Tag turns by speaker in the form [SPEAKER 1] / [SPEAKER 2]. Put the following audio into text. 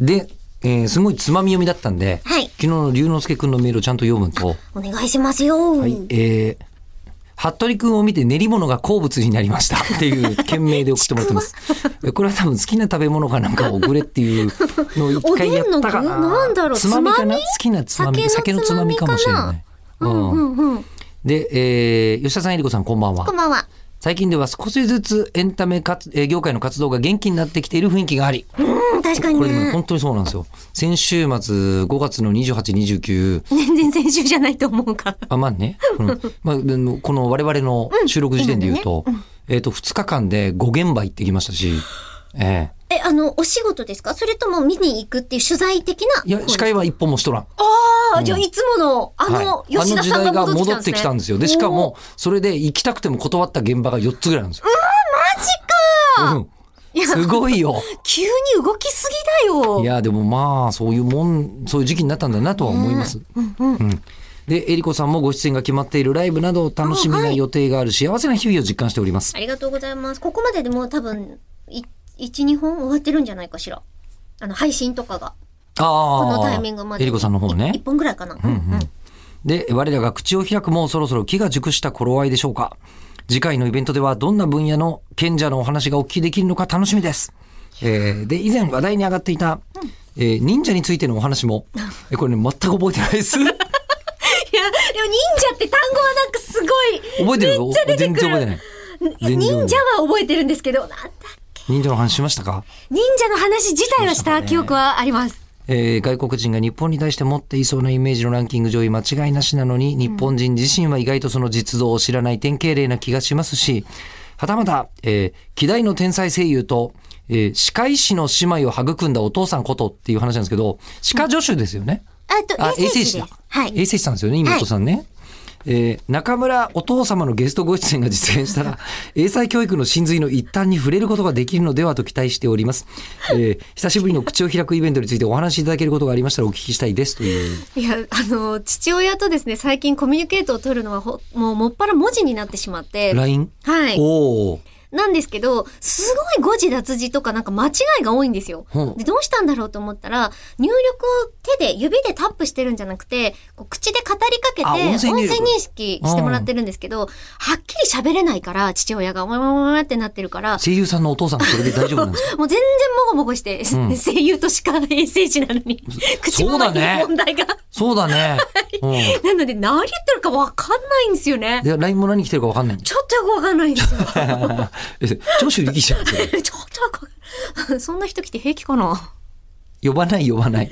[SPEAKER 1] で、えーすごいつまみ読みだったんで、
[SPEAKER 2] はい
[SPEAKER 1] 昨日の龍之介くんのメールをちゃんと読むと、
[SPEAKER 2] お願いしますよ。
[SPEAKER 1] はい、えー、服部くんを見て練り物が好物になりましたっていう件名で送ってもらって ます。えこれは多分好きな食べ物かなんかを送れっていうのを一回やったかな。
[SPEAKER 2] おでんの具なんだろう
[SPEAKER 1] つまみかな
[SPEAKER 2] つまみ
[SPEAKER 1] 好きなつまみ。
[SPEAKER 2] 酒
[SPEAKER 1] 酒
[SPEAKER 2] の
[SPEAKER 1] の
[SPEAKER 2] つ
[SPEAKER 1] つ
[SPEAKER 2] ま
[SPEAKER 1] ま
[SPEAKER 2] み
[SPEAKER 1] み
[SPEAKER 2] か
[SPEAKER 1] か
[SPEAKER 2] な
[SPEAKER 1] もしれない。
[SPEAKER 2] うん
[SPEAKER 1] うん
[SPEAKER 2] うんうん。
[SPEAKER 1] で、えー、吉田さん、えりこさん、こんばんは
[SPEAKER 2] こん。ばんは。
[SPEAKER 1] 最近では少しずつエンタメかつ、えー業界の活動が元気になってきている雰囲気があり、
[SPEAKER 2] うん、確かに
[SPEAKER 1] これでも
[SPEAKER 2] ね。
[SPEAKER 1] 本当にそうなんですよ。先週末、5月の28、29、
[SPEAKER 2] 全然先週じゃないと思うから。
[SPEAKER 1] あ、まあね。 うん、まあ、でもこの我々の収録時点で言うと、えっ、と、2日間で5現場行ってきましたし、え
[SPEAKER 2] え、あの、お仕事ですかそれとも見に行くっていう取材的な。
[SPEAKER 1] えいや、司会は一本もしとらん。
[SPEAKER 2] ああ、じゃあいつもの、あの、
[SPEAKER 1] はい、
[SPEAKER 2] 吉田さん
[SPEAKER 1] あの時代
[SPEAKER 2] が
[SPEAKER 1] が
[SPEAKER 2] 戻
[SPEAKER 1] 戻
[SPEAKER 2] っ
[SPEAKER 1] ってて
[SPEAKER 2] き
[SPEAKER 1] き
[SPEAKER 2] た
[SPEAKER 1] た
[SPEAKER 2] ん
[SPEAKER 1] ん
[SPEAKER 2] で
[SPEAKER 1] ですす
[SPEAKER 2] ね。
[SPEAKER 1] よ。で、しかも、それで行きたくても断った現場が4つぐらいなんですよ。うわ、マジか、うん、すごい よ。
[SPEAKER 2] おー。急に動きすぎだよ。
[SPEAKER 1] いや、でもまあ、そういうもん、そういう時期になったんだなとは思います。うんで、えりこさんもご出演が決まっているライブなどを楽しみ
[SPEAKER 2] あは
[SPEAKER 1] ない予定がある幸せな日々を実感しております
[SPEAKER 2] あ。りがとうございます。ここまででもう多分、い一、二本終わってるんじゃないかしら。あの、配信とかが。
[SPEAKER 1] ああ。
[SPEAKER 2] このタイミングまでに。
[SPEAKER 1] えりこさんの方ね
[SPEAKER 2] い一。本ぐらいかな。うんうん。
[SPEAKER 1] で、我らが口を開くもうそろそろ木が熟した頃合いでしょうか。次回のイベントではどんな分野の賢者のお話がお聞きできるのか楽しみです。えーで、以前話題に上がっていた、えー忍者についてのお話も、えこれね、全く覚えてない です。覚
[SPEAKER 2] いや、でも忍者って単語はなんかすごい。
[SPEAKER 1] えてるよ
[SPEAKER 2] めっちゃ出て
[SPEAKER 1] 全然
[SPEAKER 2] く
[SPEAKER 1] 覚えて
[SPEAKER 2] る。
[SPEAKER 1] ない。全然覚えてない
[SPEAKER 2] 忍者は覚えてるんですけど、なんだ
[SPEAKER 1] 忍者の話しましたか
[SPEAKER 2] 忍者の話自体はした記憶はあります。
[SPEAKER 1] えー外国人が日本に対して持っていそうなイメージのランキング上位間違いなしなのに、日本人自身は意外とその実像を知らない典型例な気がしますし、はたまた、えー、希代の天才声優と、えー歯科医師の姉妹を育んだお父さんことっていう話なんですけど、歯科助手ですよね。
[SPEAKER 2] あと、
[SPEAKER 1] あ、
[SPEAKER 2] 衛
[SPEAKER 1] 衛生
[SPEAKER 2] 生士
[SPEAKER 1] 士
[SPEAKER 2] で
[SPEAKER 1] だ
[SPEAKER 2] す。。はい。
[SPEAKER 1] 衛生士さんですよね、妹さんね。えー中村お父様のゲストご出演が実現した ら、英才教育の真髄の一端に触れることができるのではと期待しております。えー久しぶりの口を開くイベントについてお話しいただけることがありましたらお聞きしたいですという。
[SPEAKER 2] いや、あの、父親とですね、最近コミュニケートを取るのはほ、もうもっぱら文字になってしまって。
[SPEAKER 1] LINE?
[SPEAKER 2] はい。
[SPEAKER 1] おお。
[SPEAKER 2] なんですけど、すごい誤字脱字とかなんか間違いが多いんですよ
[SPEAKER 1] ほ。う
[SPEAKER 2] で、どうしたんだろうと思ったら、入力を手で、指でタップしてるんじゃなくて、こう口で語りかけて、
[SPEAKER 1] あ
[SPEAKER 2] 音
[SPEAKER 1] 音
[SPEAKER 2] 声
[SPEAKER 1] 声入力
[SPEAKER 2] 認識してもらってるんですけど、はっきり喋れないから、父親が、わわわわってなってるから、
[SPEAKER 1] 声優さんのお父さんそれで大丈夫なんです か
[SPEAKER 2] もう全然もごもごして、
[SPEAKER 1] ん
[SPEAKER 2] 声優としか衛生士なの に、口
[SPEAKER 1] そうだ
[SPEAKER 2] 周りの
[SPEAKER 1] ね
[SPEAKER 2] 問題が。
[SPEAKER 1] そうだね。うん。
[SPEAKER 2] なので、何言ってるかわかんないんですよね。
[SPEAKER 1] で、LINE も何来てるかわかん ない。
[SPEAKER 2] ちょっとよくわかんないんで すよ。 ちょ
[SPEAKER 1] え
[SPEAKER 2] っ
[SPEAKER 1] 長州力士じゃん。それ
[SPEAKER 2] とよくわかんない。そんな人来て平気かな
[SPEAKER 1] 呼ばない呼ばない。